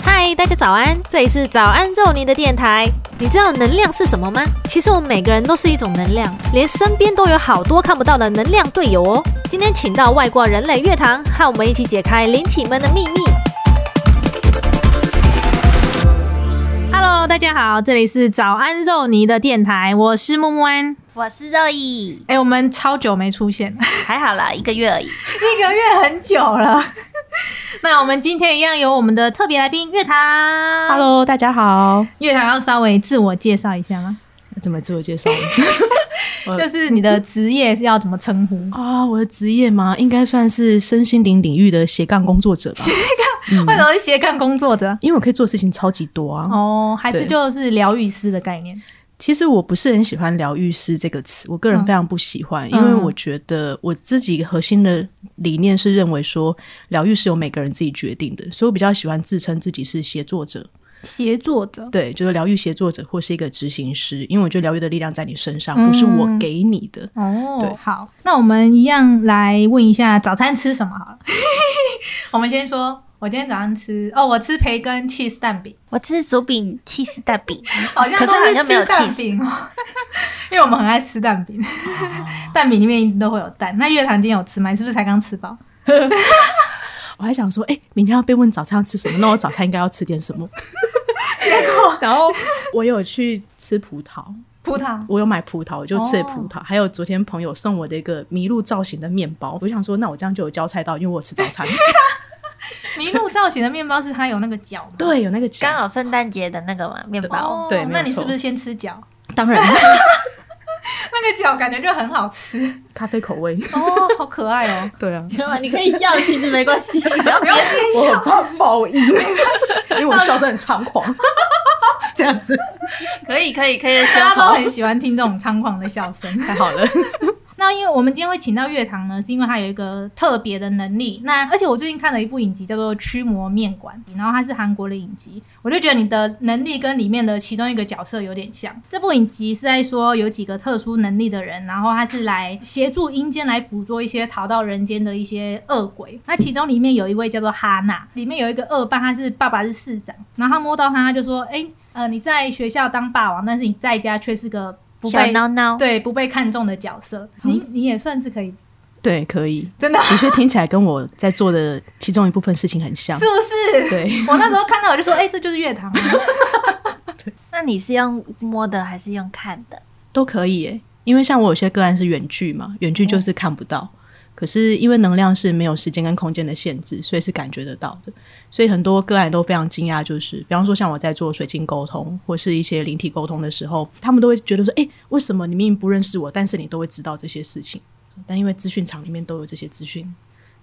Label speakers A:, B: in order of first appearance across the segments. A: 嗨，大家早安，这里是早安肉泥的电台。你知道能量是什么吗？其实我们每个人都是一种能量，连身边都有好多看不到的能量队友哦。今天请到外挂人类乐堂，和我们一起解开灵体们的秘密。Hello，大家好，这里是早安肉泥的电台，我是木木安。
B: 我是肉毅，
A: 哎、我们超久没出现了，
B: 还好啦，一个月而已。
A: 一个月很久 了。那我们今天一样有我们的特别来宾乐堂。
C: Hello，大家好。
A: 乐堂要稍微自我介绍一下吗？
C: 怎么自我介绍？我
A: 就是你的职业是要怎么称呼？
C: 啊，我的职业嘛，应该算是身心灵领域的斜杠工作者 吧，
A: 为什么是斜杠工作者？
C: 因为我可以做的事情超级多啊。
A: 哦，还是
C: 对
A: 就是疗愈师的概念？
C: 其实我不是很喜欢“疗愈师”这个词，我个人非常不喜欢，因为我觉得我自己核心的理念是认为说，疗愈是由每个人自己决定的，所以我比较喜欢自称自己是协作者，
A: 协作者？
C: 对，就是疗愈协作者或是一个执行师，因为我觉得疗愈的力量在你身上，不是我给你的。
A: 哦
C: 对，
A: 好，那我们一样来问一下早餐吃什么好了。 我们先说，我今天早上吃哦，我吃培根 cheese 蛋饼，
B: 我吃薯饼、起司蛋饼，
A: 好像
B: 可
A: 都
B: 是好像没有
A: 吃蛋
B: cheese
A: 饼哦， 因为我们很爱吃蛋饼，蛋饼里面一定都会有蛋。那月堂今天有吃吗？你是不是才刚吃饱？
C: 我还想说，哎、明天要被问早餐要吃什么，那我早餐应该要吃点什么？ 然后我有去吃葡萄，
A: 葡萄，
C: 我有买葡萄，我就吃了
A: 哦
C: 葡萄。还有昨天朋友送我的一个麋鹿造型的面包，我想说，那我这样就有交菜到，因为我有吃早 餐。
A: 麋鹿造型的面包是它有那个角吗？
C: 对，有那个角
B: 刚，好圣诞节的那个嘛面包。
A: 哦，
C: 对没
A: 那
C: 有
A: 你是
C: 错
A: 不是先吃脚？
C: 当然
A: 那个脚感觉就很好吃
C: 咖啡口味。
A: 哦，好可爱哦。
C: 对啊，
B: 没有啊你可以笑，其实 没关系。然后
A: 不要憋
C: 我
A: 笑，
C: 很怕报 应，因为我笑声很猖狂， 这样子
B: 可以可以可以
A: 大家
B: 笑
A: 都
B: 好。
A: 很喜欢听这种猖狂的笑声。
C: 太好了。
A: 那因为我们今天会请到乐堂呢，是因为他有一个特别的能力。那而且我最近看了一部影集叫做《驱魔面馆》，然后它是韩国的影集，我就觉得你的能力跟里面的其中一个角色有点像。这部影集是在说有几个特殊能力的人，然后他是来协助阴间来捕捉一些逃到人间的一些恶鬼。那其中里面有一位叫做哈娜，里面有一个恶霸，他是爸爸是市长，然后他摸到他，他就说：“哎、呃，你在学校当霸王，但是你在家却是个不
B: 小
A: 被
B: 孬孬，
A: 对不被看中的角色，你你也算是可以，
C: 对，可以。
A: 真的
C: 我觉得听起来跟我在做的其中一部分事情很像
A: 是。不是？
C: 对，
A: 我那时候看到我就说，哎、这就是乐堂啊，
B: 那你是用摸的还是用看的？
C: 都可以诶，因为像我有些个案是远距嘛，远距就是看不到，可是因为能量是没有时间跟空间的限制，所以是感觉得到的。所以很多个案都非常惊讶，就是比方说像我在做水晶沟通或是一些灵体沟通的时候，他们都会觉得说，诶，为什么你明明不认识我，但是你都会知道这些事情？但因为资讯场里面都有这些资讯，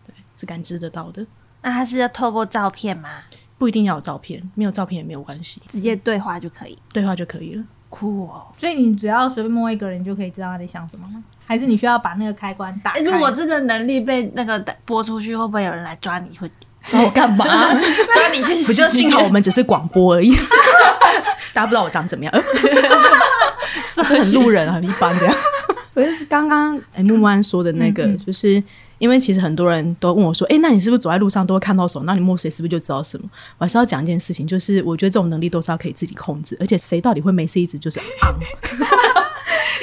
C: 对，是感知得到的。
B: 那它是要透过照片吗？
C: 不一定要有照片，没有照片也没有关系，
B: 直接对话就可以？
C: 对话就可以了。
B: 酷哦！
A: 所以你只要随便摸一个人，你就可以知道他在想什么吗？还是你需要把那个开关打开？
B: 哎，如果这个能力被那个播出去，会不会有人来抓你？会
C: 找我干嘛？
B: 抓你 去？
C: 不就幸好我们只是广播 而已，大家不知道我长怎么 样，我是很路人，很一般嗯的。我是刚刚哎木木安说的那个，就是因为其实很多人都问我说，哎、那你是不是走在路上都会看到手？那你摸谁是不是就知道什么？我还是要讲一件事情，就是我觉得这种能力都是要可以自己控制，而且谁到底会没事一直就是昂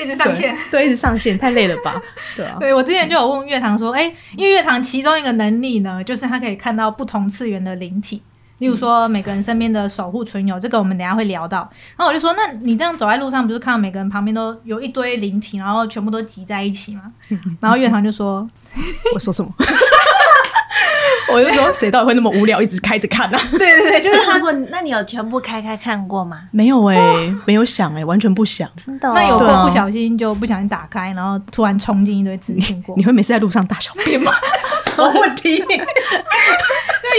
A: 一直上线。
C: 对，对，一直 上线，太累了吧？对啊，
A: 对，我之前就有问乐堂说，哎、因为乐堂其中一个能力呢，就是他可以看到不同次元的灵体，例如说每个人身边的守护存有，这个我们等一下会聊到。然后我就说，那你这样走在路上，不是看到每个人旁边都有一堆灵体，然后全部都挤在一起吗？然后乐堂就说，
C: 我说什么？ 我就说谁到底会那么无聊，一直开着看啊？
A: 对对对，就是
B: 那如果那你有全部开开看过吗？
C: 没有哎、没有想哎、完全不想。
B: 真的哦？
A: 那有
C: 对
A: 过
C: 啊
A: 不小心就不小心打开，然后突然冲进一堆资讯 过
C: 你，会每次在路上大小便吗？ 什么问题？
A: 就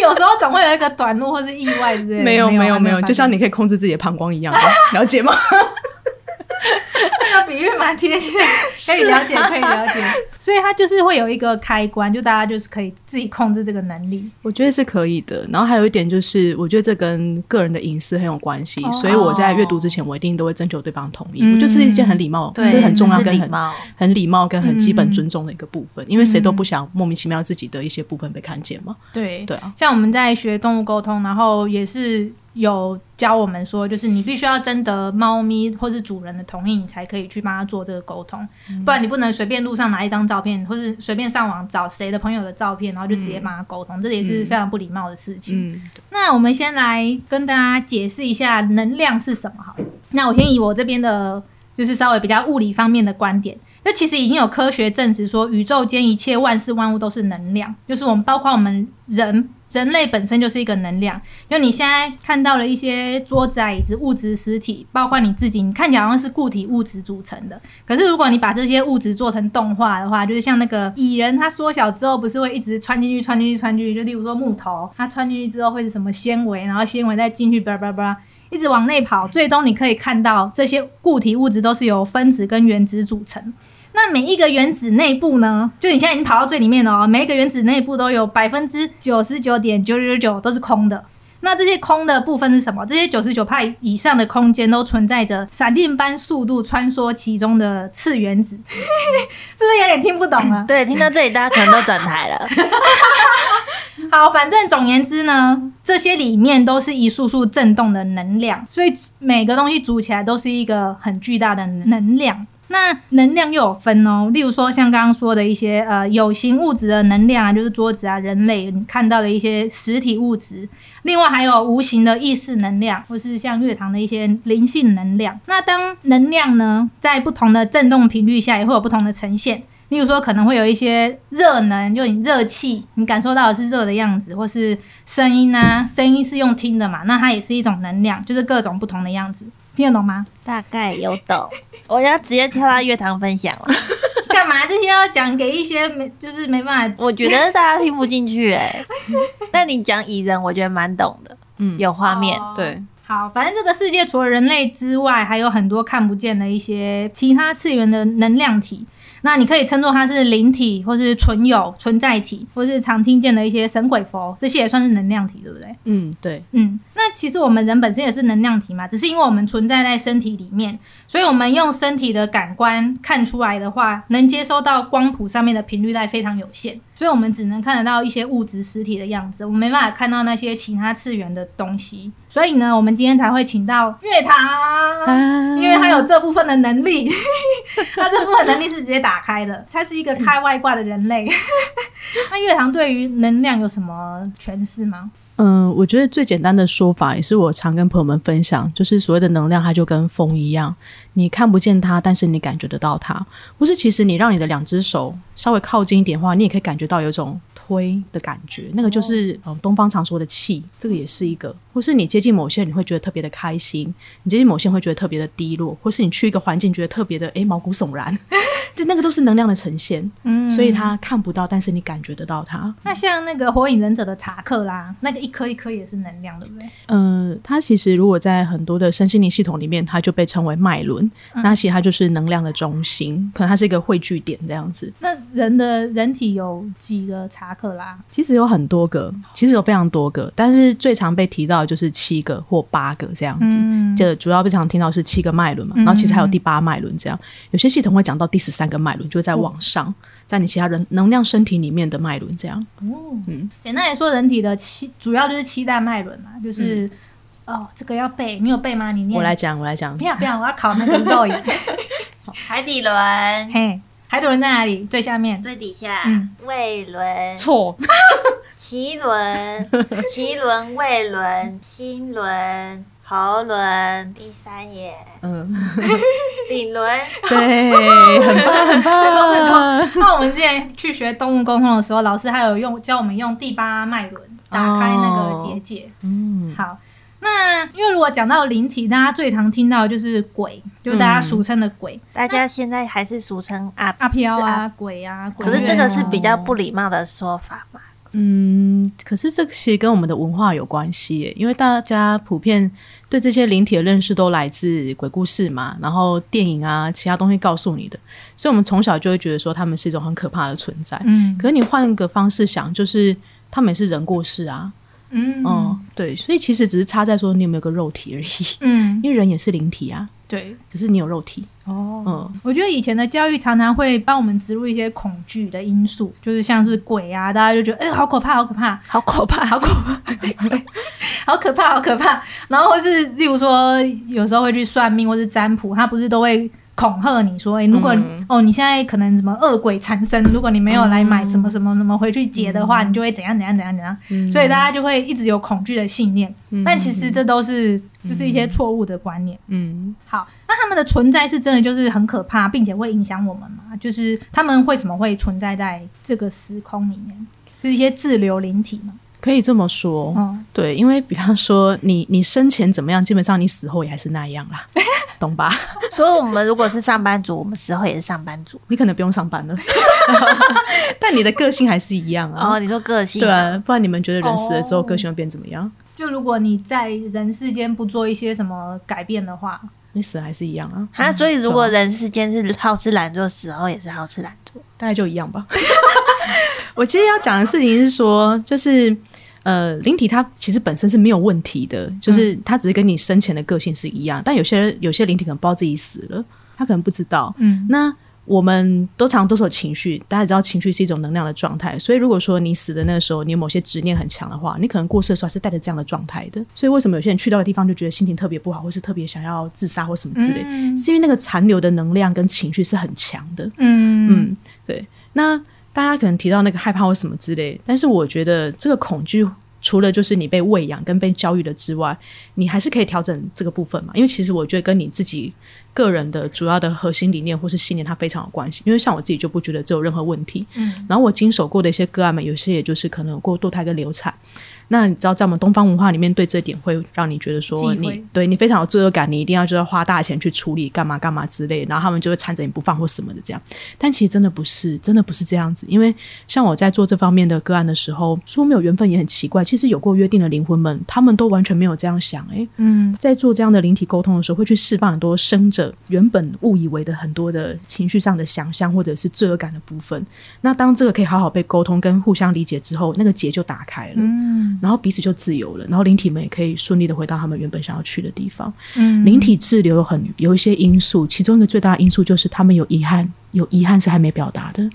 A: 有时候总会有一个短路或是意外之类的。
C: 没有没有没有，就像
A: 你
C: 你可以控制自己的膀胱一样，啊了解吗？
A: 这个比喻蛮贴切，可以了解可以了 解。所以它就是会有一个开关，就大家就是可以自己控制这个能力。
C: 我觉得是可以的。然后还有一点就是，我觉得这跟个人的隐私很有关系，
A: 哦
C: 所以我在阅读之前，我一定都会征求对方同意。
A: 嗯
C: 我觉得是一件很礼貌，
B: 对，
C: 嗯这很重要
B: 是
C: 跟
B: 礼
C: 很
B: 貌。
C: 很礼貌嗯跟很基本尊重的一个部分，因为谁都不想莫名其妙自己的一些部分被看见嘛。
A: 对
C: 对啊，
A: 像我们在学动物沟通，然后也是有教我们说，就是你必须要征得猫咪或是主人的同意，你才可以去帮它做这个沟通，
C: 嗯
A: 不然你不能随便路上拿一张照片，或是随便上网找谁的朋友的照片，然后就直接帮它沟通，这也是非常不礼貌的事情。
C: 嗯，
A: 那我们先来跟大家解释一下能量是什么好了。那我先以我这边的，就是稍微比较物理方面的观点。那其实已经有科学证实说，宇宙间一切万事万物都是能量，就是我们包括我们人，人类本身就是一个能量。就你现在看到了一些桌子啊、椅子、物质、实体，包括你自己，你看起来好像是固体物质组成的。可是如果你把这些物质做成动画的话，就是像那个蚁人，它缩小之后不是会一直穿进去、穿进去、穿进去？就例如说木头，它穿进去之后会是什么纤维，然后纤维再进去，叭叭叭。一直往内跑，最终你可以看到这些固体物质都是由分子跟原子组成。那每一个原子内部呢，就你现在已经跑到最里面了哦，每一个原子内部都有百分之九十九点九九九都是空的。那这些空的部分是什么？这些九十九派以上的空间都存在着闪电般速度穿梭其中的次原子， 是不是有点听不懂啊？
B: 对，听到这里大家可能都转台了。
A: 好，反正总言之呢，这些里面都是一束束震动的能量，所以每个东西组起来都是一个很巨大的能量。那能量又有分哦，例如说像刚刚说的一些呃有形物质的能量啊，就是桌子啊、人类你看到的一些实体物质，另外还有无形的意识能量，或是像乐堂的一些灵性能量。那当能量呢，在不同的振动频率下，也会有不同的呈现。例如说，可能会有一些热能，就你热气，你感受到的是热的样子，或是声音啊，声音是用听的嘛，那它也是一种能量，就是各种不同的样子，听得懂吗？
B: 大概有懂，我要直接跳到乐堂分享 了。
A: 干嘛这些要讲给一些没就是没办法？
B: 我觉得大家听不进去哎、但你讲蚁人，我觉得蛮懂的，
C: 嗯
B: 有画面。
A: 哦
C: 对，
A: 好，反正这个世界除了人类之外，还有很多看不见的一些其他次元的能量体。那你可以称作它是灵体，或是存有、存在体，或是常听见的一些神鬼佛，这些也算是能量体，对不对？
C: 嗯，对，
A: 嗯，那其实我们人本身也是能量体嘛，只是因为我们存在在身体里面，所以我们用身体的感官看出来的话，能接收到光谱上面的频率带非常有限，所以我们只能看得到一些物质实体的样子，我们没办法看到那些其他次元的东西。所以呢，我们今天才会请到乐堂，
C: 啊
A: 因为他有这部分的能力， 他这部分能力是直接打开的，他是一个开外挂的人类。 那乐堂对于能量有什么诠释吗？
C: 嗯，我觉得最简单的说法，也是我常跟朋友们分享，就是所谓的能量，它就跟风一样，你看不见它，但是你感觉得到它。或是其实你让你的两只手稍微靠近一点的话，你也可以感觉到有一种推的感觉，那个就是、呃东方常说的气，这个也是一个。或是你接近某些人，你会觉得特别的开心；你接近某些人会觉得特别的低落，或是你去一个环境觉得特别的诶毛骨悚然， 这那个都是能量的呈现。
A: 嗯
C: 所以它看不到，但是你感觉得到它。
A: 那像那个火影忍者的查克拉，那个一颗一颗也是能量，对不对？
C: 呃，它其实如果在很多的身心灵系统里面，它就被称为脉轮，那其实它就是能量的中心，可能它是一个汇聚点这样子。
A: 那人的人体有几个查克拉？
C: 其实有很多个，其实有非常多个，但是最常被提到的就是七个或八个这样子。
A: 嗯，
C: 就主要被常听到是七个脉轮嘛，然后其实还有第八脉轮这样，有些系统会讲到第十三个脉轮，就会在往上，在你其他人能量身体里面的脉轮这样。
A: 哦
C: 嗯
A: 简单来说，人体的七主要就是七大脉轮嘛，就是、哦，这个要背，你有背吗？你念
C: 我来，讲，我来讲
A: 不，要不要，我要考那个肉 眼。
B: 海底轮
A: 嘿，海底轮在哪里？最下面。
B: 最底下
A: 嗯，
B: 胃轮、
A: 错，
B: 脐 轮、脐轮、胃轮、心轮、喉轮、第三眼、
C: 嗯，
B: 顶轮。
C: 对，很棒， 很棒。
A: 那我们之前去学动物沟通的时候，老师还有用教我们用第八脉轮打开那个结界。
C: 嗯，
A: 好，那因为如果讲到灵体，大家最常听到的就是鬼，就大家俗称的鬼、
B: 大家现在还是俗称阿
A: 阿飘
B: 是
A: 啊、
B: 啊
A: 鬼啊。鬼
B: 可是
A: 月
B: 这个
A: 啊
B: 是比较不礼貌的说法嘛？
C: 嗯，可是这个其实跟我们的文化有关系耶，因为大家普遍对这些灵体的认识都来自鬼故事嘛，然后电影啊，其他东西告诉你的，所以我们从小就会觉得说他们是一种很可怕的存在。
A: 嗯
C: 可是你换个方式想，就是他们也是人过世啊，
A: 嗯
C: 嗯，对，所以其实只是差在说你有没有个肉体而已，
A: 嗯，
C: 因为人也是灵体啊，
A: 对
C: 只是你有肉体，
A: 哦。
C: 嗯
A: 我觉得以前的教育常常会帮我们植入一些恐惧的因素，就是像是鬼啊，大家就觉得哎、好可怕，好可怕。
B: 好可怕！
A: 好可怕！好可怕，好可怕。然后或是例如说，有时候会去算命或是占卜，他不是都会恐吓你说，哎、如果、哦你现在可能什么恶鬼缠身，如果你没有来买什么什么什么回去解的话，你就会怎样怎样怎样怎样。所以大家就会一直有恐惧的信念，但其实这都是就是一些错误的观念。
C: 嗯，
A: 好，那他们的存在是真的就是很可怕，并且会影响我们吗？就是他们为什么会存在在这个时空里面？是一些自流灵体吗？
C: 可以这么说。
A: 嗯，
C: 对，因为比方说你你生前怎么样，基本上你死后也还是那样啦，懂吧？
B: 所以我们如果是上班族，我们死后也是上班族。
C: 你可能不用上班了，但你的个性还是一样啊。
B: 哦，你说个性
C: 对啊，不然你们觉得人死了之后
A: 哦
C: 个性会变怎么样？
A: 就如果你在人世间不做一些什么改变的话，
C: 你死了还是一样啊，
B: 啊，所以如果人世间是好吃懒做，死后也是好吃懒做。
C: 大概就一样吧。 我其实要讲的事情是说，就是呃，灵体它其实本身是没有问题的，就是
A: 嗯
C: 它只是跟你生前的个性是一样，但有些人有些灵体可能不知道自己死了，他可能不知道，
A: 嗯，
C: 那我们都常都是有情绪，大家知道情绪是一种能量的状态，所以如果说你死的那个时候，你有某些执念很强的话，你可能过世的时候还是带着这样的状态的。所以为什么有些人去到的地方就觉得心情特别不好，或是特别想要自杀或什么之类，
A: 嗯
C: 是因为那个残留的能量跟情绪是很强的。
A: 嗯
C: 嗯，对。那大家可能提到那个害怕或什么之类，但是我觉得这个恐惧。除了就是你被喂养跟被教育了之外，你还是可以调整这个部分嘛？因为其实我觉得跟你自己个人的主要的核心理念或是信念它非常有关系。因为像我自己就不觉得这有任何问题。
A: 嗯，
C: 然后我经手过的一些个案们，有些也就是可能有过堕胎跟流产。那你知道，在我们东方文化里面，对这点会让你觉得说
A: 忌讳
C: 你对你非常有罪恶感，你一定要就要花大钱去处理干嘛干嘛之类，然后他们就会缠着你不放或什么的这样。但其实真的不是，真的不是这样子。因为像我在做这方面的个案的时候，说没有缘分也很奇怪。其实有过约定的灵魂们，他们都完全没有这样想、诶，
A: 嗯
C: 在做这样的灵体沟通的时候，会去释放很多生者原本误以为的很多的情绪上的想象或者是罪恶感的部分。那当这个可以好好被沟通跟互相理解之后，那个结就打开了。
A: 嗯
C: 然后彼此就自由了，然后灵体们也可以顺利的回到他们原本想要去的地方。
A: 嗯
C: 灵体滞留有很有一些因素，其中一个最大的因素就是他们有遗憾，有遗憾是还没表达的。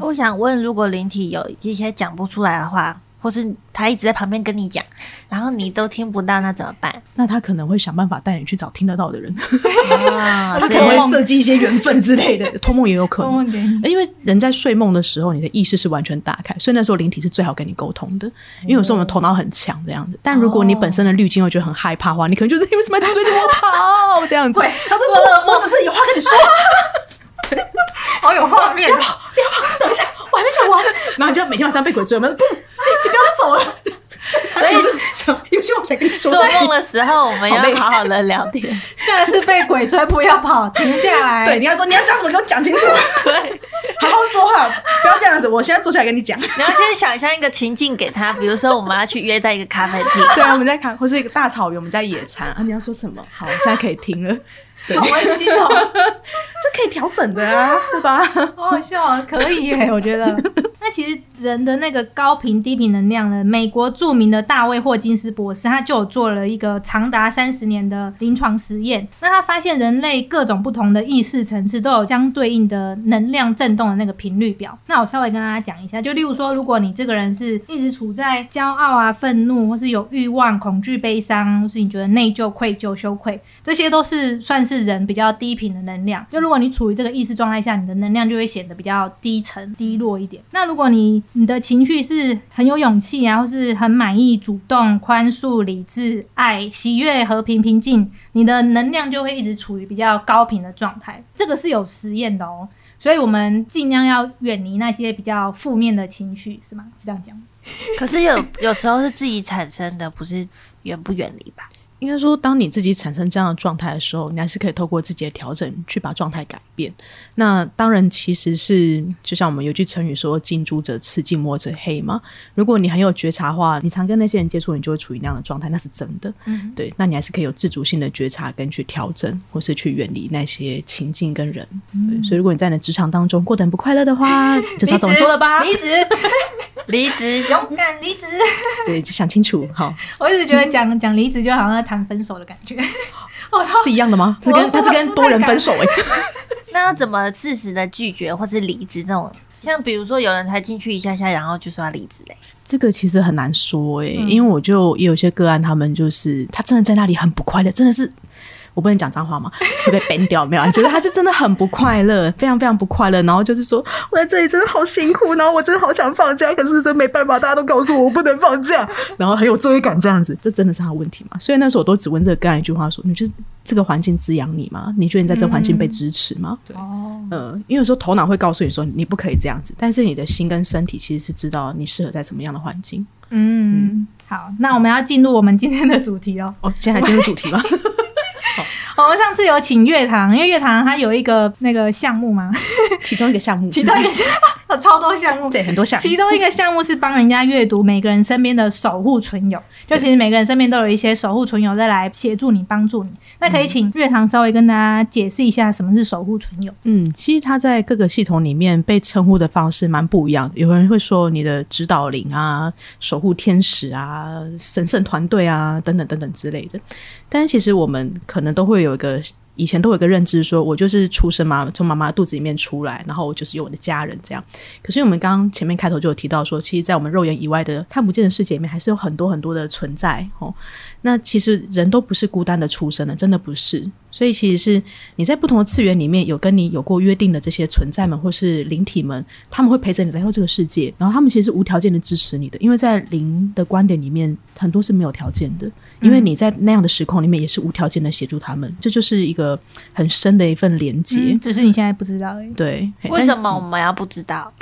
B: 我想问，如果灵体有一些讲不出来的话，或是他一直在旁边跟你讲，然后你都听不到，那怎么办？
C: 那他可能会想办法带你去找听得到的人，
B: 啊
C: 他
A: 他
C: 可
A: 可
C: 能
A: 能
C: 会
A: 会
C: 设
A: 设
C: 计一些缘分之类的， 托梦也有可
A: 我
C: 能。
A: 问给你，
C: 因为人在睡梦的时候，你的意识是完全打开，所以那时候灵体是最好跟你沟通的。因为有时候我们头脑很强这样子，但如果你本身的滤镜又觉得很害怕的话，你可能就是 你为什么一直追着我跑这样子。
A: 对
C: 他说
A: 我的
C: 我我只是有话跟你 说，
A: 好有画面 哦，
C: 等一下我还没讲完。然后你就每天晚上被鬼追，我们说不，你你不要走了。所以想有些我想跟你说
B: 做，梦的时候，我们 要好好的聊天。
A: 下次被鬼追不要跑，停下来。
C: 对，，你要说你要讲什么给我讲清楚，
B: 对，
C: 好好说话，不要这样子。我现在坐下来跟你讲。
B: 你要先想象一个情境给他，比如说我们要去约在一个咖啡 厅，
C: 对啊，我们在看，或是一个大草原，我们在野餐啊。你要说什么？好，我现在可以停 了。对，
A: 好温馨哦，
C: 这可以调整的啊，对吧？
A: 好好笑哦，可以 耶，我觉得。那其实人的那个高频低频能量呢，美国著名的大卫霍金斯博士，他就有做了一个长达三十年的临床实验。那他发现人类各种不同的意识层次都有相对应的能量振动的那个频率表。那我稍微跟大家讲一下，就例如说，如果你这个人是一直处在骄傲啊、愤怒，或是有欲望、恐惧、悲伤，或是你觉得内疚、愧疚、羞愧，这些都是算是人比较低频的能量。就如果你处于这个意识状态下，你的能量就会显得比较低沉、低落一点。那如果你你的情绪是很有勇气啊，或是很满意、主动、宽恕、理智、爱、喜悦、和平、平静，你的能量就会一直处于比较高频的状态。这个是有实验的哦。所以我们尽量要远离那些比较负面的情绪，是吗？是这样讲吗？
B: 可是有有时候是自己产生的，不是远不远离吧？
C: 应该说，当你自己产生这样的状态的时候，你还是可以透过自己的调整去把状态改变。那当然，其实是就像我们有句成语说“近朱者赤，近墨者黑”嘛。如果你很有觉察的话，你常跟那些人接触，你就会处于那样的状态，那是真的。
A: 嗯，
C: 对，那你还是可以有自主性的觉察跟去调整，或是去远离那些情境跟人。
A: 嗯
C: 对，所以如果你在你的职场当中过得很不快乐的 话，就知道怎么做了吧？
A: 离职，
B: 离职
A: 勇敢离职。
C: 对，想清楚，好，
A: 我一直觉得讲讲离职就好像在谈分手的感觉。我 操，
C: 是一样的吗？是跟
A: 我
C: 他是跟多人分手哎、
B: 那要怎么适时的拒绝或是离职这种像比如说有人才进去一下下，然后就说他离职嘞，
C: 这个其实很难说诶、因为我就也有些个案，他们就是他真的在那里很不快乐，真的是我不能讲脏话嘛， 会被 ban 掉没有啊？就是他就真的很不快乐，非常非常不快乐。然后就是说我在这里真的好辛苦，然后我真的好想放假，可是都没办法，大家都告诉我我不能放假， 然后很有罪恶感这样子，这真的是他的问题嘛？所以那时候我都只问这个个案一句话说：你就是这个环境滋养你吗？你觉得你在这个环境被支持吗？对。
A: 哦，
C: 呃，因为有时候头脑会告诉你说你不可以这样子，但是你的心跟身体其实是知道你适合在什么样的环境。
A: 嗯，好，那我们要进入我们今天的主题哦。
C: 哦，现在进入主题吧。
A: 我们上次有请乐堂，因为乐堂它有一个那个项目嘛，
C: 其中一个项目，
A: 其中一个项 有超多项目，
C: 对很多项，
A: 其中一个项目是帮人家阅读每个人身边的守护存有，就其实每个人身边都有一些守护存有在来协助你、帮助你。那可以请乐堂稍微跟大家解释一下什么是守护存有。
C: 嗯，其实它在各个系统里面被称呼的方式蛮不一样的。嗯有人会说你的指导灵啊、守护天使啊、神圣团队啊等等等等之类的。但是其实我们可能都会有一个以前都有一个认知说，我就是出生嘛，从妈妈肚子里面出来，然后我就是有我的家人这样。可是我们刚刚前面开头就有提到说，其实，在我们肉眼以外的看不见的世界里面，还是有很多很多的存在哦。那其实人都不是孤单的出生的，真的不是。所以其实是你在不同的次元里面有跟你有过约定的这些存在们或是灵体们，他们会陪着你来到这个世界，然后他们其实是无条件的支持你的，因为在灵的观点里面，很多是没有条件的，因为你在那样的时空里面也是无条件的协助他们，这就是一个很深的一份连接。
A: 嗯只是你现在不知道而已。
C: 对，嘿
B: 为
C: 但是嗯
B: 什么我们要不知道？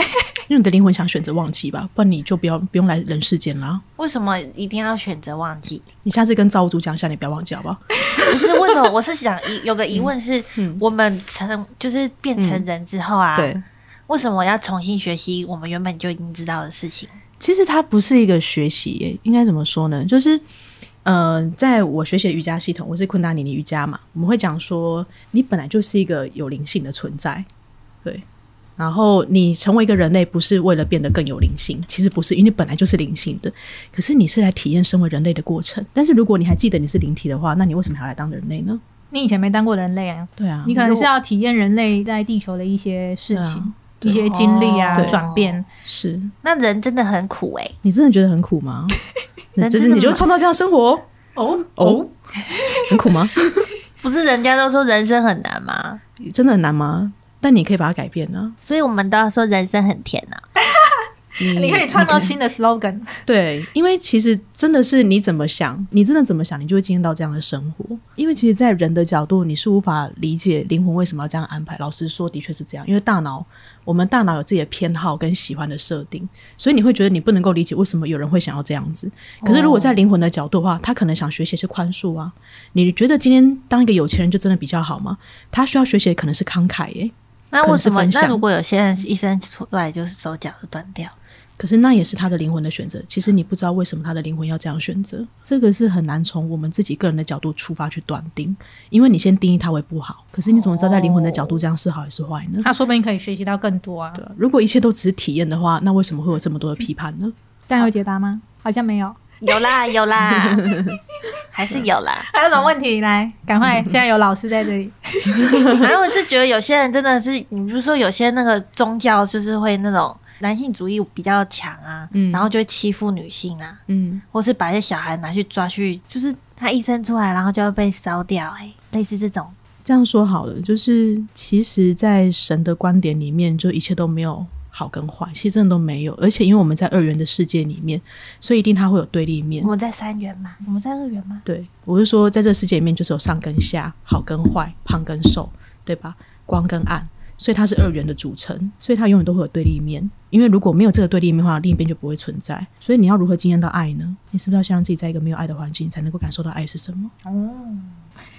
C: 因为你的灵魂想选择忘记吧，不然你就不要不用来人世间啦。
B: 为什么一定要选择忘记？
C: 你下次跟造物主讲一下，你不要忘记好不好？
B: 不是为什么？我是想疑有个疑问是，
C: 嗯
B: 我们成就是变成人之后啊，
C: 对，
B: 为什么要重新学习我们原本就已经知道的事情？
C: 其实它不是一个学习耶，应该怎么说呢？就是，呃，在我学习的瑜伽系统，我是昆达尼尼瑜伽嘛，我们会讲说，你本来就是一个有灵性的存在，对。然后你成为一个人类，不是为了变得更有灵性，其实不是，因为你本来就是灵性的。可是你是来体验身为人类的过程。但是如果你还记得你是灵体的话，那你为什么还要来当人类呢？
A: 你以前没当过人类啊，
C: 对啊，
A: 你可能是要体验人类在地球的一些事情、一些经历啊、
C: 对
A: 转变。
C: 是
B: 那人真的很苦哎、
C: 你真的觉得很苦吗？那
B: 人
C: 这
B: 真
C: 是
B: 的
C: 你就
B: 吗
C: 创造这样的生活哦哦，很苦吗？
B: 不是人家都说人生很难吗？
C: 真的很难吗？但你可以把它改变呢、
B: 所以我们都要说人生很甜啊呐、
C: 你
A: 你可以创造新的 slogan，
C: 对，因为其实真的是你怎么想，你真的怎么想，你就会经验到这样的生活。因为其实，在人的角度，你是无法理解灵魂为什么要这样安排。老实说，的确是这样，因为大脑，我们大脑有自己的偏好跟喜欢的设定，所以你会觉得你不能够理解为什么有人会想要这样子。可是，如果在灵魂的角度的话，他可能想学习是宽恕啊。你觉得今天当一个有钱人就真的比较好吗？他需要学习的可能是慷慨耶、
B: 那为什么
C: 可能？是分享
B: 那如果有些人一生出来就是手脚就断掉，
C: 可是那也是他的灵魂的选择。其实你不知道为什么他的灵魂要这样选择，这个是很难从我们自己个人的角度出发去断定，因为你先定义他为不好，可是你怎么知道在灵魂的角度这样是好还是坏呢？
A: 他说不定可以学习到更多啊。
C: 对啊如果一切都只是体验的话，那为什么会有这么多的批判呢？
A: 但有解答吗？好像没有。
B: 有啦有 啦，还是有啦。
A: 还有什么问题？来，赶 快！现在有老师在这 里。
B: 反正我是觉得有些人真的是，你比如说有些那个宗教就是会那种男性主义比较强啊，
C: 嗯
B: 然后就会欺负女性啊，
C: 嗯，
B: 或是把一些小孩拿去抓去，就是他一生出来然后就要被烧掉、欸，哎，类似这种。
C: 这样说好了，就是其实，在神的观点里面，就一切都没有好跟坏，其实真的都没有。而且，因为我们在二元的世界里面，所以一定它会有对立面
B: 我。们在三元嘛，我们在二元嘛，
C: 对，我是说，在这个世界里面，就是有上跟下，好跟坏，胖跟瘦，对吧？光跟暗，所以它是二元的组成，所以它永远都会有对立面。因为如果没有这个对立面的话，另一边就不会存在。所以你要如何经验到爱呢？你是不是要先让自己在一个没有爱的环境，你才能够感受到爱是什么？
A: 哦，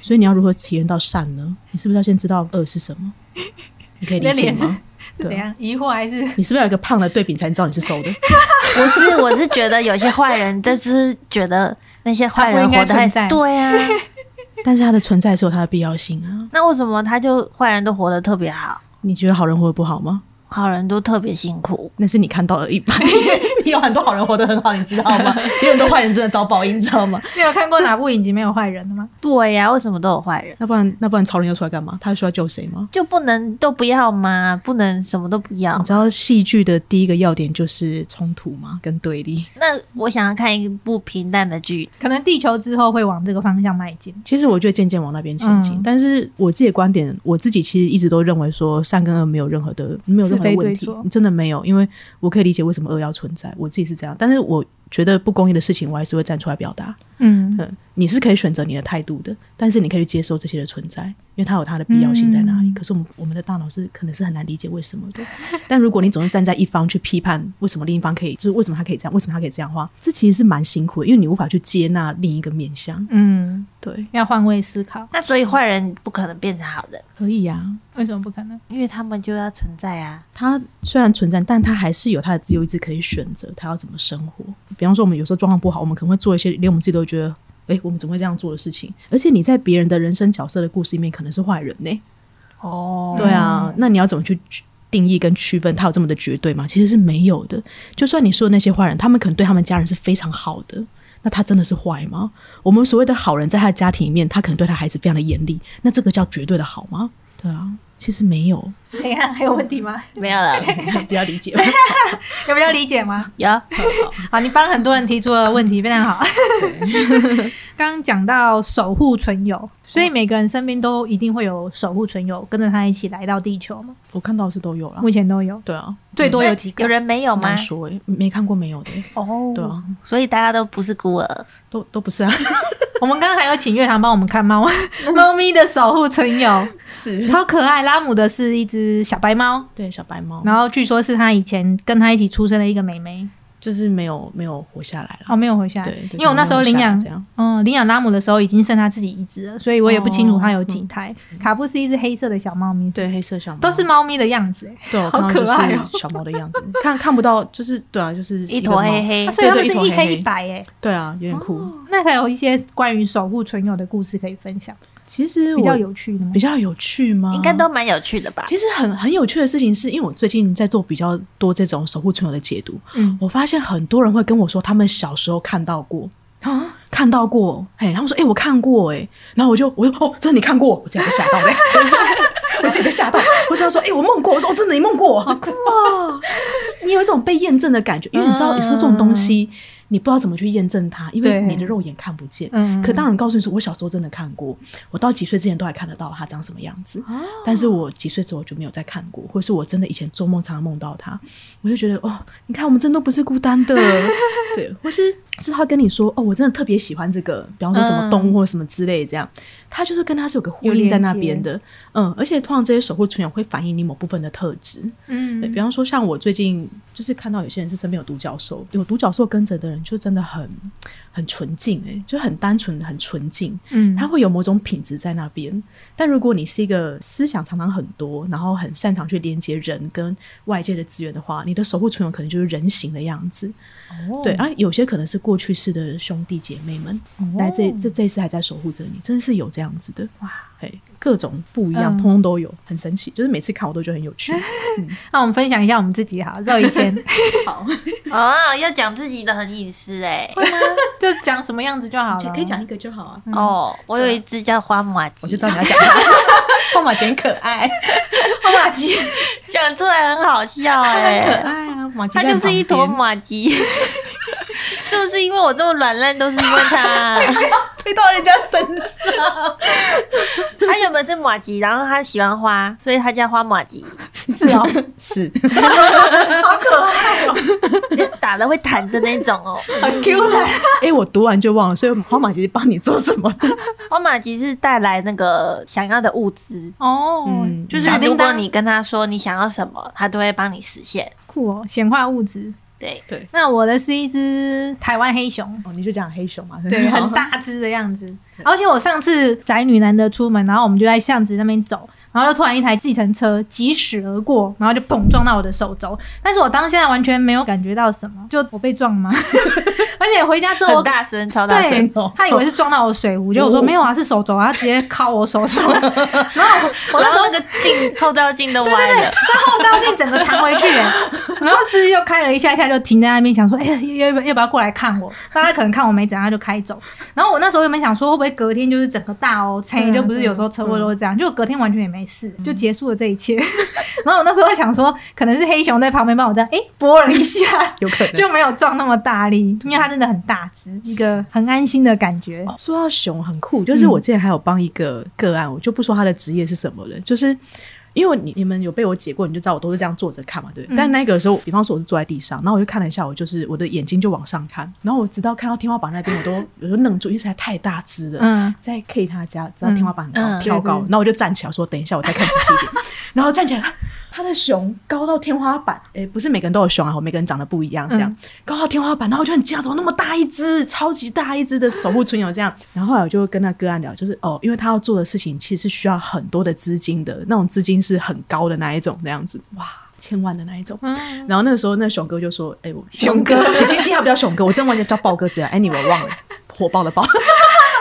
C: 所以你要如何体验到善呢？你是不是要先知道恶是什么？你可以理
A: 你的
C: 解
A: 脸是
C: 吗？
A: 是
C: 对啊
A: 怎样？疑惑还是
C: 你是不是要有一个胖的对比，你才知道你是瘦的？
B: 不是， 我是觉得有些坏人就是觉得那些坏
A: 他
B: 人
A: 不应该
B: 活得太
A: 存在
B: 对啊，
C: 但是它的存在是有它的必要性啊。
B: 那为什么他就坏人都活得特别好？
C: 你觉得好人活得不好吗？
B: 好人都特别辛苦。
C: 那是你看到的 一半，你有很多好人活得很好，你知道 吗？有很多坏人真的遭报应，你知道吗？
A: 你有看过哪部影集没有坏人的吗？
B: 对呀、为什么都有坏人？
C: 那不然那不然超人要出来干嘛？他需要救谁吗？
B: 就不能都不要吗？不能什么都不要
C: 你？知道戏剧的第一个要点就是冲突吗？跟对立。
B: 那我想要看一部平淡的剧，
A: 可能地球之后会往这个方向迈进。
C: 其实我觉得渐渐往那边前进，
A: 嗯
C: 但是我自己的观点，我自己其实一直都认为说善跟恶没有任何的没有任何的
A: 是非
C: 问
A: 对
C: 题
A: 错，
C: 真的没有，因为我可以理解为什么恶要存在，我自己是这样，但是我觉得不公义的事情，我还是会站出来表达。
A: 嗯，
C: 嗯，你是可以选择你的态度的，但是你可以去接受这些的存在，因为它有它的必要性在哪里。
A: 嗯
C: 可是我们我们的大脑是可能是很难理解为什么的。但如果你总是站在一方去批判为什么另一方可以，就是为什么他可以这样，为什么他可以这样的话，这其实是蛮辛苦的，因为你无法去接纳另一个面相。
A: 嗯，
C: 对，
A: 要换位思考。
B: 那所以坏人不可能变成好人，
C: 可以啊呀、
A: 为什么不可 能？
B: 因为他们就要存在啊。
C: 他虽然存在，但他还是有他的自由意志可以选择他要怎么生活。比方说，我们有时候状况不好，我们可能会做一些连我们自己都会觉得，诶，我们怎么会这样做的事情？而且你在别人的人生角色的故事里面，可能是坏人呢、
B: 哦
C: 对啊，那你要怎么去定义跟区分他有这么的绝对吗？其实是没有的。就算你说的那些坏人，他们可能对他们家人是非常好的，那他真的是坏吗？我们所谓的好人，在他的家庭里面，他可能对他孩子非常的严厉，那这个叫绝对的好吗？对啊，其实没 有，
A: 怎样？还有问题吗？
B: 没有 了，
C: 比较理解。
A: 有比较理解吗？
B: 有。
A: 好，你帮很多人提出了问题，非常好。 刚刚讲到守护存有，所以每个人身边都一定会有守护存有跟着他一起来到地球嘛？
C: 我看到的是都有啦
A: 目。前都有，
C: 对啊，
A: 最哦多有几
B: 有
A: 个？
B: 人没有吗
C: 难？说诶、没看过没有的欸、
B: 哦，
C: 对啊，
B: 所以大家都不是孤儿。
C: 都都不是啊，
A: 我们刚刚还有请月堂帮我们看 猫，猫咪的守护存有
C: 是
A: 超可爱。拉姆的是一只小白猫，
C: 对小白猫，
A: 然后据说是他以前跟他一起出生的一个妹妹，
C: 就是没有没有活下来了。
A: 哦，没有回下来
C: 对，对，
A: 因为我那时候
C: 没有
A: 领
C: 活下来
A: 养
C: 这样，
A: 嗯，领养拉姆的时候已经剩他自己一只了，所以我也不清楚他有几胎。卡布是一只黑色的小猫咪，，
C: 对黑色小猫
A: 都是猫咪的样子、欸，
C: 对，我
A: 好
C: 看到
A: 可
C: 就
A: 爱哦
C: 是小猫的样子，看看不到，就是对啊，就是
B: 一
C: 个
B: 坨
C: 猫
B: 黑，黑
A: 啊，所以他们
C: 对
A: 是
C: 对一
A: 一
C: 头黑
A: 黑一白、欸，哎，
C: 对啊，有点酷。
A: 那还有一些关于守护存有的故事可以分享，
C: 其实我
A: 比较有趣的吗
C: 比？较有趣吗？
B: 应该都。蛮有趣的 吧？
C: 其实很很有趣的事情是，因为我最近在做比较多这种守护存有的解读，
A: 嗯，
C: 我发现很多人会跟我说他们小时候看到过。
A: 啊
C: 看到过，嘿，他们说，哎、我看过，哎，然后我就，我就，哦，真的你看过，我自己被吓到的， 我自己被吓到，我想说，哎、我梦过，我说，哦，真的你梦过，好酷哦，就是你有一种被验证的感觉，因为你知
A: 嗯
C: 道，有时候这种东西，你不知道怎么去验证它，因为
A: 对
C: 你的肉眼看不见，
A: 嗯，
C: 可当然告诉你说，我小时候真的看过，我到几岁之前都还看得到它长什么样子，
A: 哦
C: 但是我几岁之后就没有再看过，或是我真的以前做梦常常梦到它，我就觉得哦，你看我们真的不是孤单 的，对，或是是他跟你说哦，我真的特别喜欢这个，比方说什么动物或什么之类这样，他就是跟他是有个呼
A: 有
C: 应在
A: 连
C: 那
A: 接
C: 边的，嗯，而且通常这些守护存有会反映你某部分的特质，对，比
A: 嗯，
C: 方说像我最近就是看到有些人是身边有独角兽，有独角兽跟着的人就真的很很纯净诶、就很单纯很纯净，
A: 嗯，
C: 他会有某种品质在那边。但如果你是一个思想常常很多，然后很擅长去连接人跟外界的资源的话，你的守护存有可能就是人形的样子。
A: 哦
C: 对，啊，有些可能是过去式的兄弟姐妹们，来这这这一世还在守护着你，真的是有这样子的
A: 哇！
C: 嘿，各种不一样，
A: 嗯
C: 通通都有，很神奇。就是每次看我都觉得很有 趣。
A: 那我们分享一下我们自己好，肉以前
C: 好。
B: 哦，要讲自己的很隐私哎、
A: 就讲什么样子就好
C: 其
A: 了，
C: 可以讲一个就好啊。
B: 哦，我有一只叫花马
C: 我
B: 鸡，
C: 就知道你要 讲它，号码很可爱，
A: 拖把机，
B: 讲出来很好笑哎、
C: 可 爱啊，马吉
B: 它
C: 在
B: 就是一坨
C: 旁边
B: 马鸡，是不 是因为我这么软烂都是因为啊 它？
C: 推到人家身上，
B: 它原本是马吉，然后它喜欢花，所以它叫花 马吉，
A: 是哦，
C: 是
B: 就打了会弹的那种 哦。
A: 很 Q 的，
C: 哎，我读完就忘了，所以花马吉帮你做什 么？
B: 花马吉是带来那个想要的物资，
A: 哦
C: 嗯，
A: 就是
B: 像如
A: 叮
B: 果
A: 当
B: 你跟他说你想要什么，他都会帮你实现。
A: 酷哦，显化物质。
B: 对，
A: 那我的是一只台湾黑熊，
C: 哦，你就讲黑熊嘛，
A: 对，
D: 哦
A: 很，大只的样子。而且我上次宅女难得出门，然后我们就在巷子那边走，然后就突然一台计程车疾驶而过，然后就砰撞到我的手肘。但是我当下完全没有感觉到什么，就我被撞吗？而 而且回家之后我
D: 很大声，超大声
A: 对
D: 哦，，
A: 他以为是撞到我水壶，结果我说没有啊，是手肘啊，他直接靠我手上， 然后我我那
D: 然
A: 时
D: 后
A: 候
D: 那个 镜后照镜都
A: 对对
D: 歪了，
A: 对，然后照镜整个弹回去耶， 然后司机就开了一下下就停在那边，想说，哎、呀，要不要要不要过来看我？大家可能看我没怎样他就开走。然后我那时候原本想说，会不会隔天就是整个大哦，
C: 嗯
A: 车就不是有时候车祸都会这样，就隔天完全也没事，就结束了这一切。 然后我那时候想说，可能是黑熊在旁边帮我这样，哎、拨了一下，
C: 有可能。
A: 就没有撞那么大力，因为它真的很大只，一 个很安心的感觉。
C: 说到熊很酷，就是我之前还有帮一个个案，我就不说他的职业是什么了，就是。因为你你们有被我解过，你就知道我都是这样坐着看嘛，对不对。但那个时候，比方说我是坐在地上，然后我就看了一下，我就是我的眼睛就往上看，然后我直到看到天花板那边，我都我就愣住，因为实在太大只了。
A: 嗯，
C: 在 K 他家，直到天花板很高，
D: 嗯
C: 跳高
A: 对对，
C: 然后我就站起来说：“等一下，我再看仔细 一点。”然后站起来，啊他的熊高到天花板，诶，不是每个人都有熊啊，每个人长得不一样，这样、
D: 嗯
C: 高到天花板，然后我就很惊讶，怎么那么大一只，超级大一只的守护春游这样。然后后来我就跟那个案聊，就是哦，因为他要做的事情其实是需要很多的资金的，那种资金是很高的那一种，那样子，哇。千万的那一种，然后那个时候，那熊哥就说：“哎、我
A: 嗯熊哥
C: 其实其实他不叫熊哥，我真的忘记叫豹哥怎样。哎，你我 忘了，火爆的爆。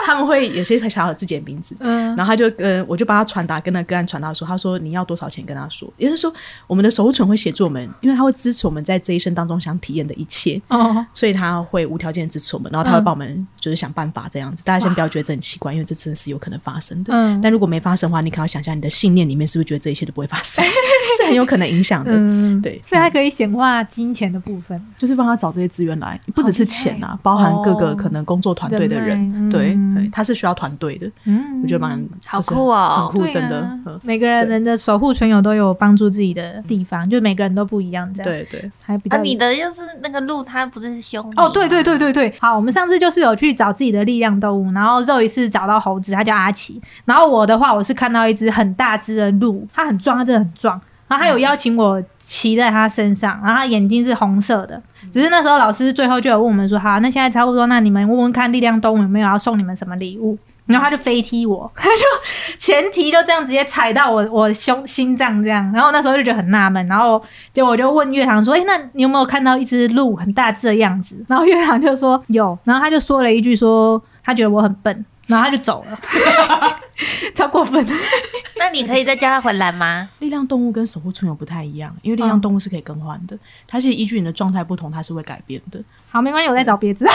C: 他们会有些会想要有自己的名字，
A: 嗯
C: 然后他就跟我就帮他传达，跟那个案传达说，他说你要多少钱跟他说，也就是说我们的守护犬会协助我们，因为他会支持我们在这一生当中想体验的一切，
A: 哦，
C: 所以他会无条件支持我们，然后
A: 嗯
C: 他会帮我们就是想办法这样子。大家先不要觉得这很奇怪，因为这真的是有可能发生的。
A: 嗯
C: 但如果没发生的话，你可能要想象你的信念里面是不是觉得这一切都不会发生， 这很有可能影响的。
A: 嗯，
C: 对，
A: 所以它可以显化金钱的部分，
C: 就是帮他找这些资源来，不只是钱啊，包含各个可能工作团队的人，
A: 哦人脉
C: 对
A: 嗯，
C: 对他是需要团队的，
A: 嗯
C: 我觉得蛮
D: 好
C: 就是
D: 酷哦
C: 很酷，
A: 对
C: 真的，
A: 啊
C: 嗯
A: 每个人人的守护存有都有帮助自己的地方，就每个人都不一样，这样，
C: 对对，
A: 还比
D: 啊，
A: 较
D: 你的又是那个鹿，它不是凶你
A: 哦，对对对对对，好，我们上次就是有去找自己的力量动物，然后肉一次找到猴子，它叫阿奇，然后我的话，我是看到一只很大只的鹿，它很壮，它真的很壮，然后它有邀请我骑在它身上，然后它眼睛是红色的。只是那时候老师最后就有问我们说，好，啊那现在差不多，那你们问问看力量动物有没有要送你们什么礼物？然后他就飞踢我，他就前蹄就这样直接踩到我我胸心脏这样，然后那时候就觉得很纳闷，然后结果我就问月堂说：“哎、那你有没有看到一只鹿很大只的样子？”然后月堂就说：“有。”然后他就说了一句说：“他觉得我很笨。”然后他就走 了，超过分。
D: 那你可以再叫它回来吗？
C: 力量动物跟守护村有不太一样，因
A: 嗯
C: 为力量动物是可以更换的，它是依据你的状态不同，它是会改变的。
A: 好，没关系，我再找别只。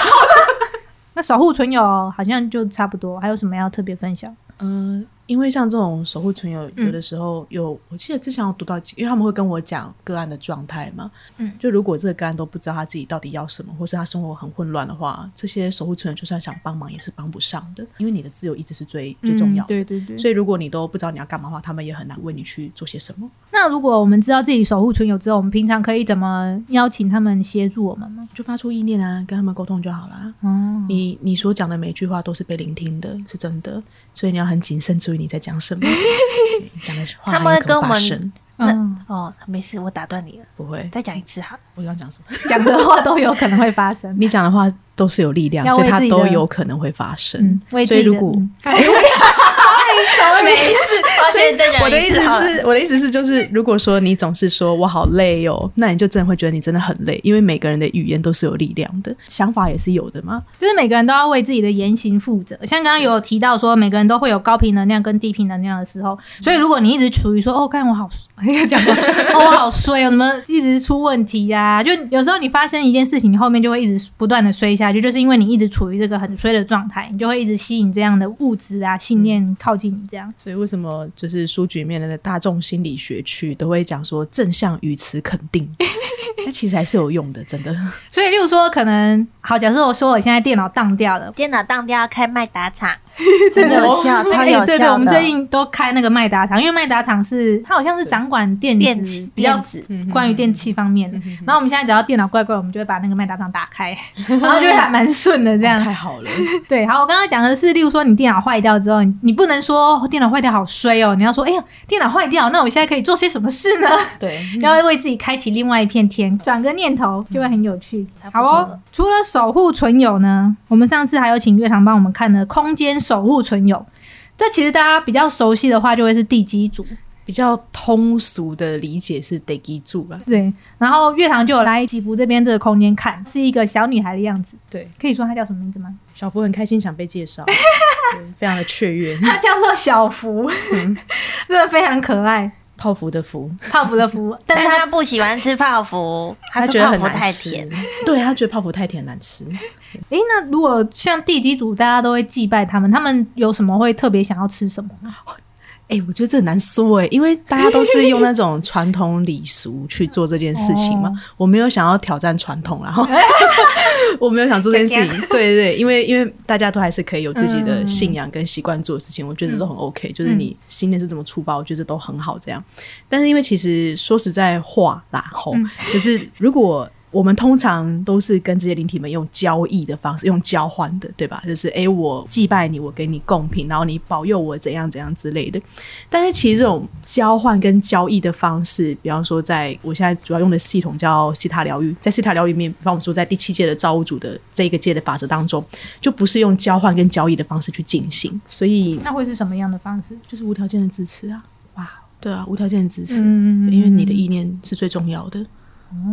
A: 那守护存有好像就差不多，还有什么要特别分享？
C: 嗯，因为像这种守护存有，
A: 嗯
C: 有的时候有，我记得之前有读到几，因为他们会跟我讲个案的状态嘛。
A: 嗯，
C: 就如果这个个案都不知道他自己到底要什么，或是他生活很混乱的话，这些守护存有就算想帮忙也是帮不上的，因为你的自由意志是最
D: 嗯
C: 最重要的。
A: 嗯对对对。
C: 所以如果你都不知道你要干嘛的话，他们也很难为你去做些什么。
A: 那如果我们知道自己守护存有之后，我们平常可以怎么邀请他们协助我们吗？
C: 就发出意念啊，跟他们沟通就好啦。
D: 嗯
A: 哦，
C: 你你所讲的每一句话都是被聆听的，是真的，所以你要很谨慎注意你在 讲什么，对讲的话
D: 他们会
C: 很可
D: 跟我
C: 发
D: 们
C: 生
A: 嗯，
D: 哦，没事，我打断你了，
C: 不会，
D: 再讲一次好了。
C: 我刚刚讲什么？
A: 讲的话都有可能会发生。
C: 你讲的话都是有力量，
A: 要为
C: 所以它
A: 自己的
C: 都有可能会发生
A: 嗯，。为自
C: 所以
A: 己的
C: 如果、
A: 嗯哦
D: 没 事，所以哦再讲
C: 我的
D: 一
C: 意
D: 次
C: 思
D: 好了，
C: 是，我的意思是，就是如果说你总是说我好累哦，那你就真的会觉得你真的很累，因为每个人的语言都是有力量的，想法也是有的嘛。
A: 就是每个人都要为自己的言行负责。像刚刚有提到说，每个人都会有高频能量跟低频能量的时候，所以如果你一直处于说“哦，看我好 衰”，讲过哦，我好衰哦，怎么一直出问题呀、就有时候你发生一件事情，你后面就会一直不断的衰下去，就是因为你一直处于这个很衰的状态，你就会一直吸引这样的物质啊、信念靠近你这样。
C: 所以为什么就是书局里面的大众心理学区都会讲说正向语词肯 定，那其实还是有用的，真的。
A: 所以，例如说，可能好，假设我说我现在电脑当掉了。
D: 电脑当掉要开麦打场，
A: 对
D: 很有 效，
A: 对
D: 超
A: 哎
D: 有效
A: 对对，我们
D: 的
A: 最近都开那个麦达厂，因为麦达厂是它好像是掌管电
D: 电
A: 子
D: 子
A: 比较
D: 电子
A: 关于电器方面的。然后我们现在只要电脑怪怪，我们就会把那个麦达厂打开，然后就会还蛮顺的 这样。
C: 太好 了，
A: 对，好，我刚刚讲的是，例如说你电脑坏掉之后，你你不能说哦电脑坏掉好衰哦，你要说哎呀电脑坏掉，那我现在可以做些什么事呢？
C: 对，
A: 要为自己开启另外一片天，转个念头就会很有趣。
D: 差不
A: 好
D: 多
A: 哦
D: 了，
A: 除了守护存有呢，我们上次还有请月堂帮我们看的空间守护存有，这其实大家比较熟悉的话就会是地基组。
C: 比较通俗的理解是得记住了。
A: 对，然后月堂就有来吉卜这边这个空间看，是一个小女孩的样子。
C: 对，
A: 可以说她叫什么名字吗？
C: 小福很开心想被介绍，对非常的雀跃，
A: 她叫做小福，嗯真的非常可爱，
C: 泡芙的芙，
A: 泡芙的芙。 但
B: 但
A: 是
B: 他
A: 她
B: 不喜欢吃泡芙，他
C: 他
B: 说
C: 觉得
B: 泡
C: 很
B: 芙
C: 难
B: 太
C: 吃
B: 甜。，
C: 对他觉得泡芙太甜难吃。
A: 诶，那如果像地基组，大家都会祭拜他们，他们有什么会特别想要吃什么吗？
C: 哎、我觉得这很难说哎、因为大家都是用那种传统礼俗去做这件事情嘛。
A: 哦
C: 我没有想要挑战传统啦，然后我没有想做这件事情。对对对，因为因为大家都还是可以有自己的信仰跟习惯做的事情，我觉得都很 OK、就是你心念是怎么出发，我觉得都很好这样。但是因为其实说实在话啦，吼，就是如果。我们通常都是跟这些灵体们用交易的方式，用交换的，对吧？就是诶，我祭拜你，我给你贡品，然后你保佑我怎样怎样之类的。但是其实这种交换跟交易的方式，比方说在我现在主要用的系统叫西塔疗愈，在西塔疗愈里面，比方我们说在第七届的造物主的这一个界的法则当中，就不是用交换跟交易的方式去进行，所以
A: 那会是什么样的方式？
C: 就是无条件的支持啊，
A: 哇，
C: 对啊，无条件的支持，
A: 嗯
C: 因为你的意念是最重要的，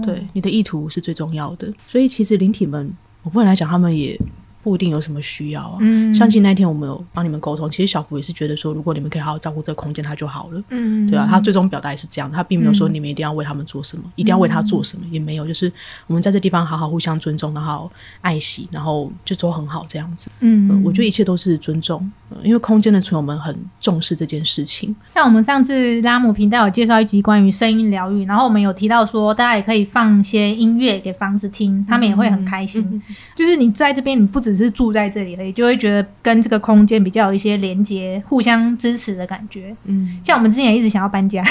C: 对，你的意图是最重要的，所以其实灵体们，我个人来讲，他们也不一定有什么需要啊。
A: 嗯
C: 相信那一天我们有帮你们沟通，其实小福也是觉得说，如果你们可以好好照顾这个空间，它就好了。
A: 嗯
C: 对啊，他最终表达也是这样，他并没有说你们一定要为他们做什么，一定要为他做
A: 嗯
C: 什么，也没有，就是我们在这地方好好互相尊重，然后爱惜，然后就都很好这样子。
A: 嗯
C: 呃我觉得一切都是尊重，呃因为空间的存友们很重视这件事情。
A: 像我们上次拉姆频道有介绍一集关于声音疗愈，然后我们有提到说，大家也可以放一些音乐给房子听，
C: 嗯
A: 他们也会很开心。就是你在这边，你不只是住在这里而已，就会觉得跟这个空间比较有一些连接、互相支持的感觉。
C: 嗯，
A: 像我们之前也一直想 要搬家，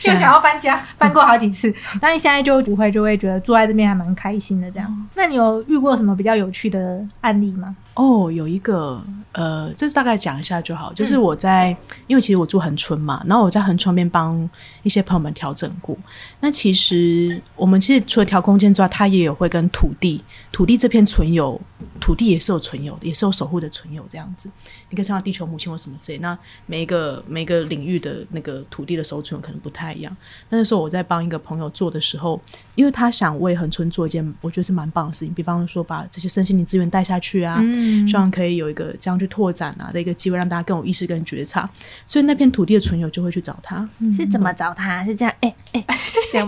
A: 就想要搬家，搬过好几次，但是现在就不会，就会觉得住在这边还蛮开心的。这样，那你有遇过什么比较有趣的案例吗？
C: 哦，有一个呃，这是大概讲一下就好。
A: 嗯
C: 就是我在，因为其实我住恒春嘛，然后我在恒春那边帮一些朋友们调整过。那其实我们其实除了调空间之外，它也有会跟土地，土地这片存有，土地也是有存有的，也是有守护的存有这样子。你可以看到地球母亲或什么之类。那每一个每一个领域的那个土地的守护存有可能不太一样。那时候我在帮一个朋友做的时候，因为他想为恒春做一件我觉得是蛮棒的事情，比方说把这些身心灵资源带下去啊，
A: 嗯
C: 希望可以有一个这样去拓展啊的一个机会，让大家更有意识、跟觉察。所以那片土地的存有就会去找他。
B: 是怎么找他？是这样？哎哎，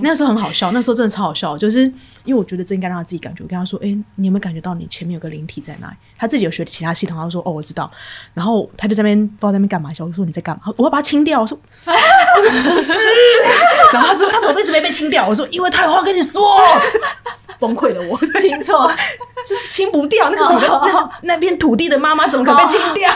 C: 那时候很好笑，那时候真的超好笑，就是因为我觉得这应该让他自己感觉。我跟他说：“哎、你有没有感觉到你前面有个灵体在那里？”他自己有学其他系统，他说：“哦，我知道。”然后他就在那边不知道在那边干嘛去，我就说：“你在干嘛？”我要把它清掉。我说：“我说不是。”然后他说：“他怎么一直没被清掉？”我说：“因为他有话跟你说。”崩溃了我，
A: 清错，哦
C: 就是清不掉那个怎么可，那是那片土地的妈妈怎么可能被清 掉？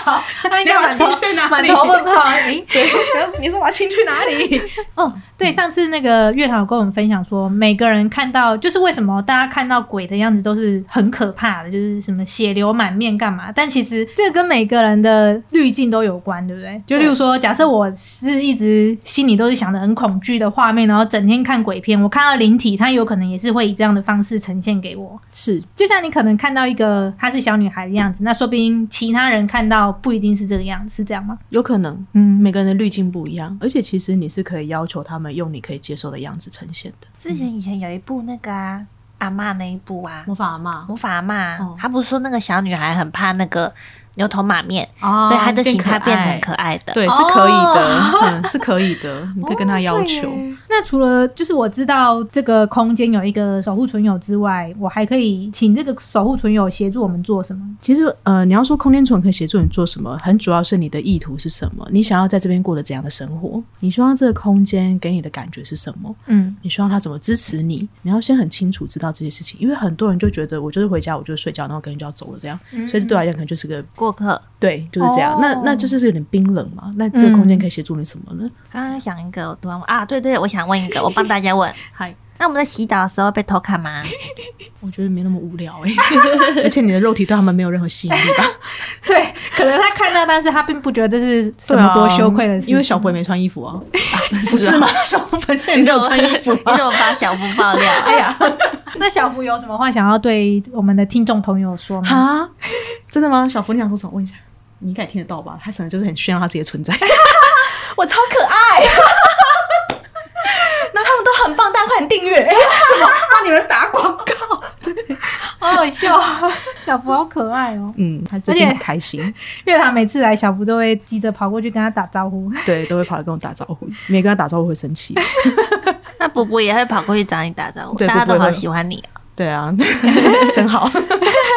A: 那应
C: 你
A: 该
C: 把它
A: 满头
C: 清去哪
A: 满
C: 里？
A: 头问号。诶
C: 对，然后你说把它清去哪 里？
A: 哦，对，上次那个月堂有跟我们分享说，每个人看到就是为什么大家看到鬼的样子都是很可怕的，就是什么血流满面干嘛？但其实这跟每个人的滤镜都有关，对不对？就例如说，假设我是一直心里都是想着很恐惧的画面，然后整天看鬼片，我看到灵体，它有可能也是会以这样的方式呈现给我。
C: 是
A: 就像你可能看到一个她是小女孩的样子，那说不定其他人看到不一定是这个样子，是这样吗？
C: 有可能，
A: 嗯，
C: 每个人的滤镜不一样，而且其实你是可以要求他们用你可以接受的样子呈现的。
B: 之前以前有一部那个啊，阿嬷那一部啊，
C: 魔法嘛，
B: 魔法阿嬷
C: 哦，
B: 她不是说那个小女孩很怕那个牛头马面，
C: 哦
B: 所以她就请她变
C: 变
B: 得
C: 可
B: 很可爱的。
C: 对，是可以的，
A: 哦
C: 嗯是可以的，你可以跟他要求。
A: 那除了就是我知道这个空间有一个守护存有之外，我还可以请这个守护存有协助我们做什么？
C: 其实，呃，你要说空间存可以协助你做什么，很主要是你的意图是什么，你想要在这边过得怎样的生活，你希望这个空间给你的感觉是什么。
A: 嗯，
C: 你希望他怎么支持你？你要先很清楚知道这些事情，因为很多人就觉得我就是回家，我就是睡觉，然后跟人就要走了这样，所以这对我来讲可能就是个
B: 过客，
C: 对，就是这样。
A: 嗯哦嗯
C: 那那就是有点冰冷嘛。那这个空间可以协助你什么呢？
B: 刚刚想一个，我突然啊，对对，我想问一个，我帮大家 问，
C: 嗨、
B: 那我们在洗澡的时候被偷看吗？
C: 我觉得没那么无聊 哎、而且你的肉体对他们没有任何吸引 力吧？
A: 对，可能他看到，但是他并不觉得这是什
C: 对
A: 么
C: 啊
A: 多羞愧的事情，
C: 因 为小福也没穿衣服啊， 不是吗？ 小福本身也没有穿衣服、
B: 你
C: 啊。
B: 怎么把小布爆 料？
C: 哎呀，
A: 那小福有什么话想要对我们的听众朋友 说吗？
C: 啊，真的吗？小福，你想说什么？问一下，你应该也听得到吧？他可能就是很炫耀他自己的存在。 我超可爱。 那他们都很棒，大家快点订阅！ 哎怎么帮你们打广告？
A: 好好笑， 小福好可爱哦。
C: 嗯，他最近很开心，
A: 月堂每次来，小福都会急着跑过去跟他打招呼。
C: 对，都会跑来跟我打招呼，没跟他打招呼会生气。
D: 那补补也会跑过去找你打招呼，
C: 对
D: 大家
C: 补补
D: 都
C: 也会
D: 好喜欢你、
B: 哦
D: 啊。
C: 对啊， 真 好。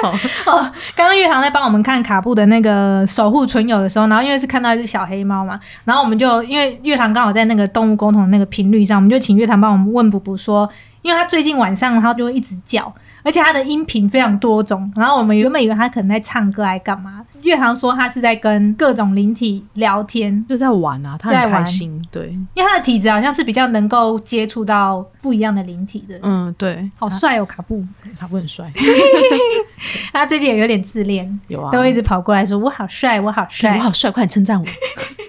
C: 好
A: 哦， 刚刚月堂在帮我们看卡布的那个守护存有的时候，然后因为是看到一只小黑猫嘛，然后我们就因为月堂刚好在那个动物沟通的那个频率上，我们就请月堂帮我们问卜卜说，因为他最近晚上他就会一直叫，而且他的音频非常多种，然后我们原本以为他可能在唱歌还干嘛，月堂说他是在跟各种灵体聊天，
C: 就在玩啊，他
A: 在
C: 很
A: 玩
C: 开心。对，
A: 因为他的体质好像是比较能够接触到不一样的灵体的。
C: 嗯，对，
A: 好帅哦，卡布！
C: 他不很帅，
A: 他最近也有点自恋，
C: 有啊，
A: 都一直跑过来说：“我好帅，我好
C: 对
A: 帅。”
C: 我好帅，快点称赞 我。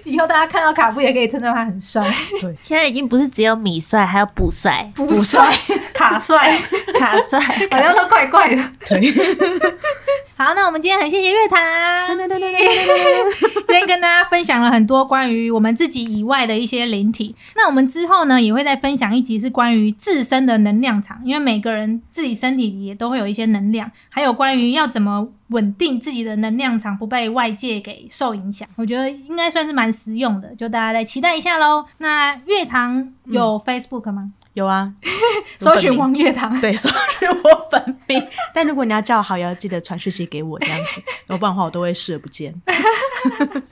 A: 以后大家看到卡布也可以称赞他很帅，
D: 对，
B: 现在已经不是只有米帅，还有补帅、
A: 不帅卡帅，
B: 卡帅。
A: 好像都怪怪的。
C: 对，
A: 好，那我们今天很谢谢乐坛，今天跟大家分享了很多关于我们自己以外的一些灵体。那我们之后呢，也会再分享一集是关于自身的能量场，因为每个人自己身体里也都会有一些能量，还有关于要怎么稳定自己的能量场不被外界给受影响。我觉得应该算是蛮实用的，就大家再期待一下喽。那乐堂有 Facebook 吗？
C: 有啊，
A: 搜寻王乐堂。
C: 对，搜寻我本名。但如果你要叫好，也要记得传讯息给我这样 子，要不然的话我都会视而不见。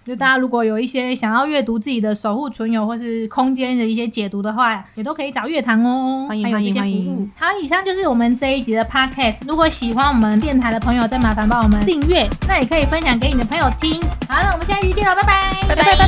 A: 就大家如果有一些想要阅读自己的守护存有或是空间的一些解读的话，也都可以找月堂哦。
C: 欢迎
A: 还有这些
C: 欢迎
A: 服
C: 欢
A: 务
C: 迎。
A: 好，以上就是我们这一集的 podcast。如果喜欢我们电台的朋友，再麻烦帮我们订阅，那也可以分享给你的朋友听。好，那我们下一集见了，拜
D: 拜
A: 拜，
D: 拜拜。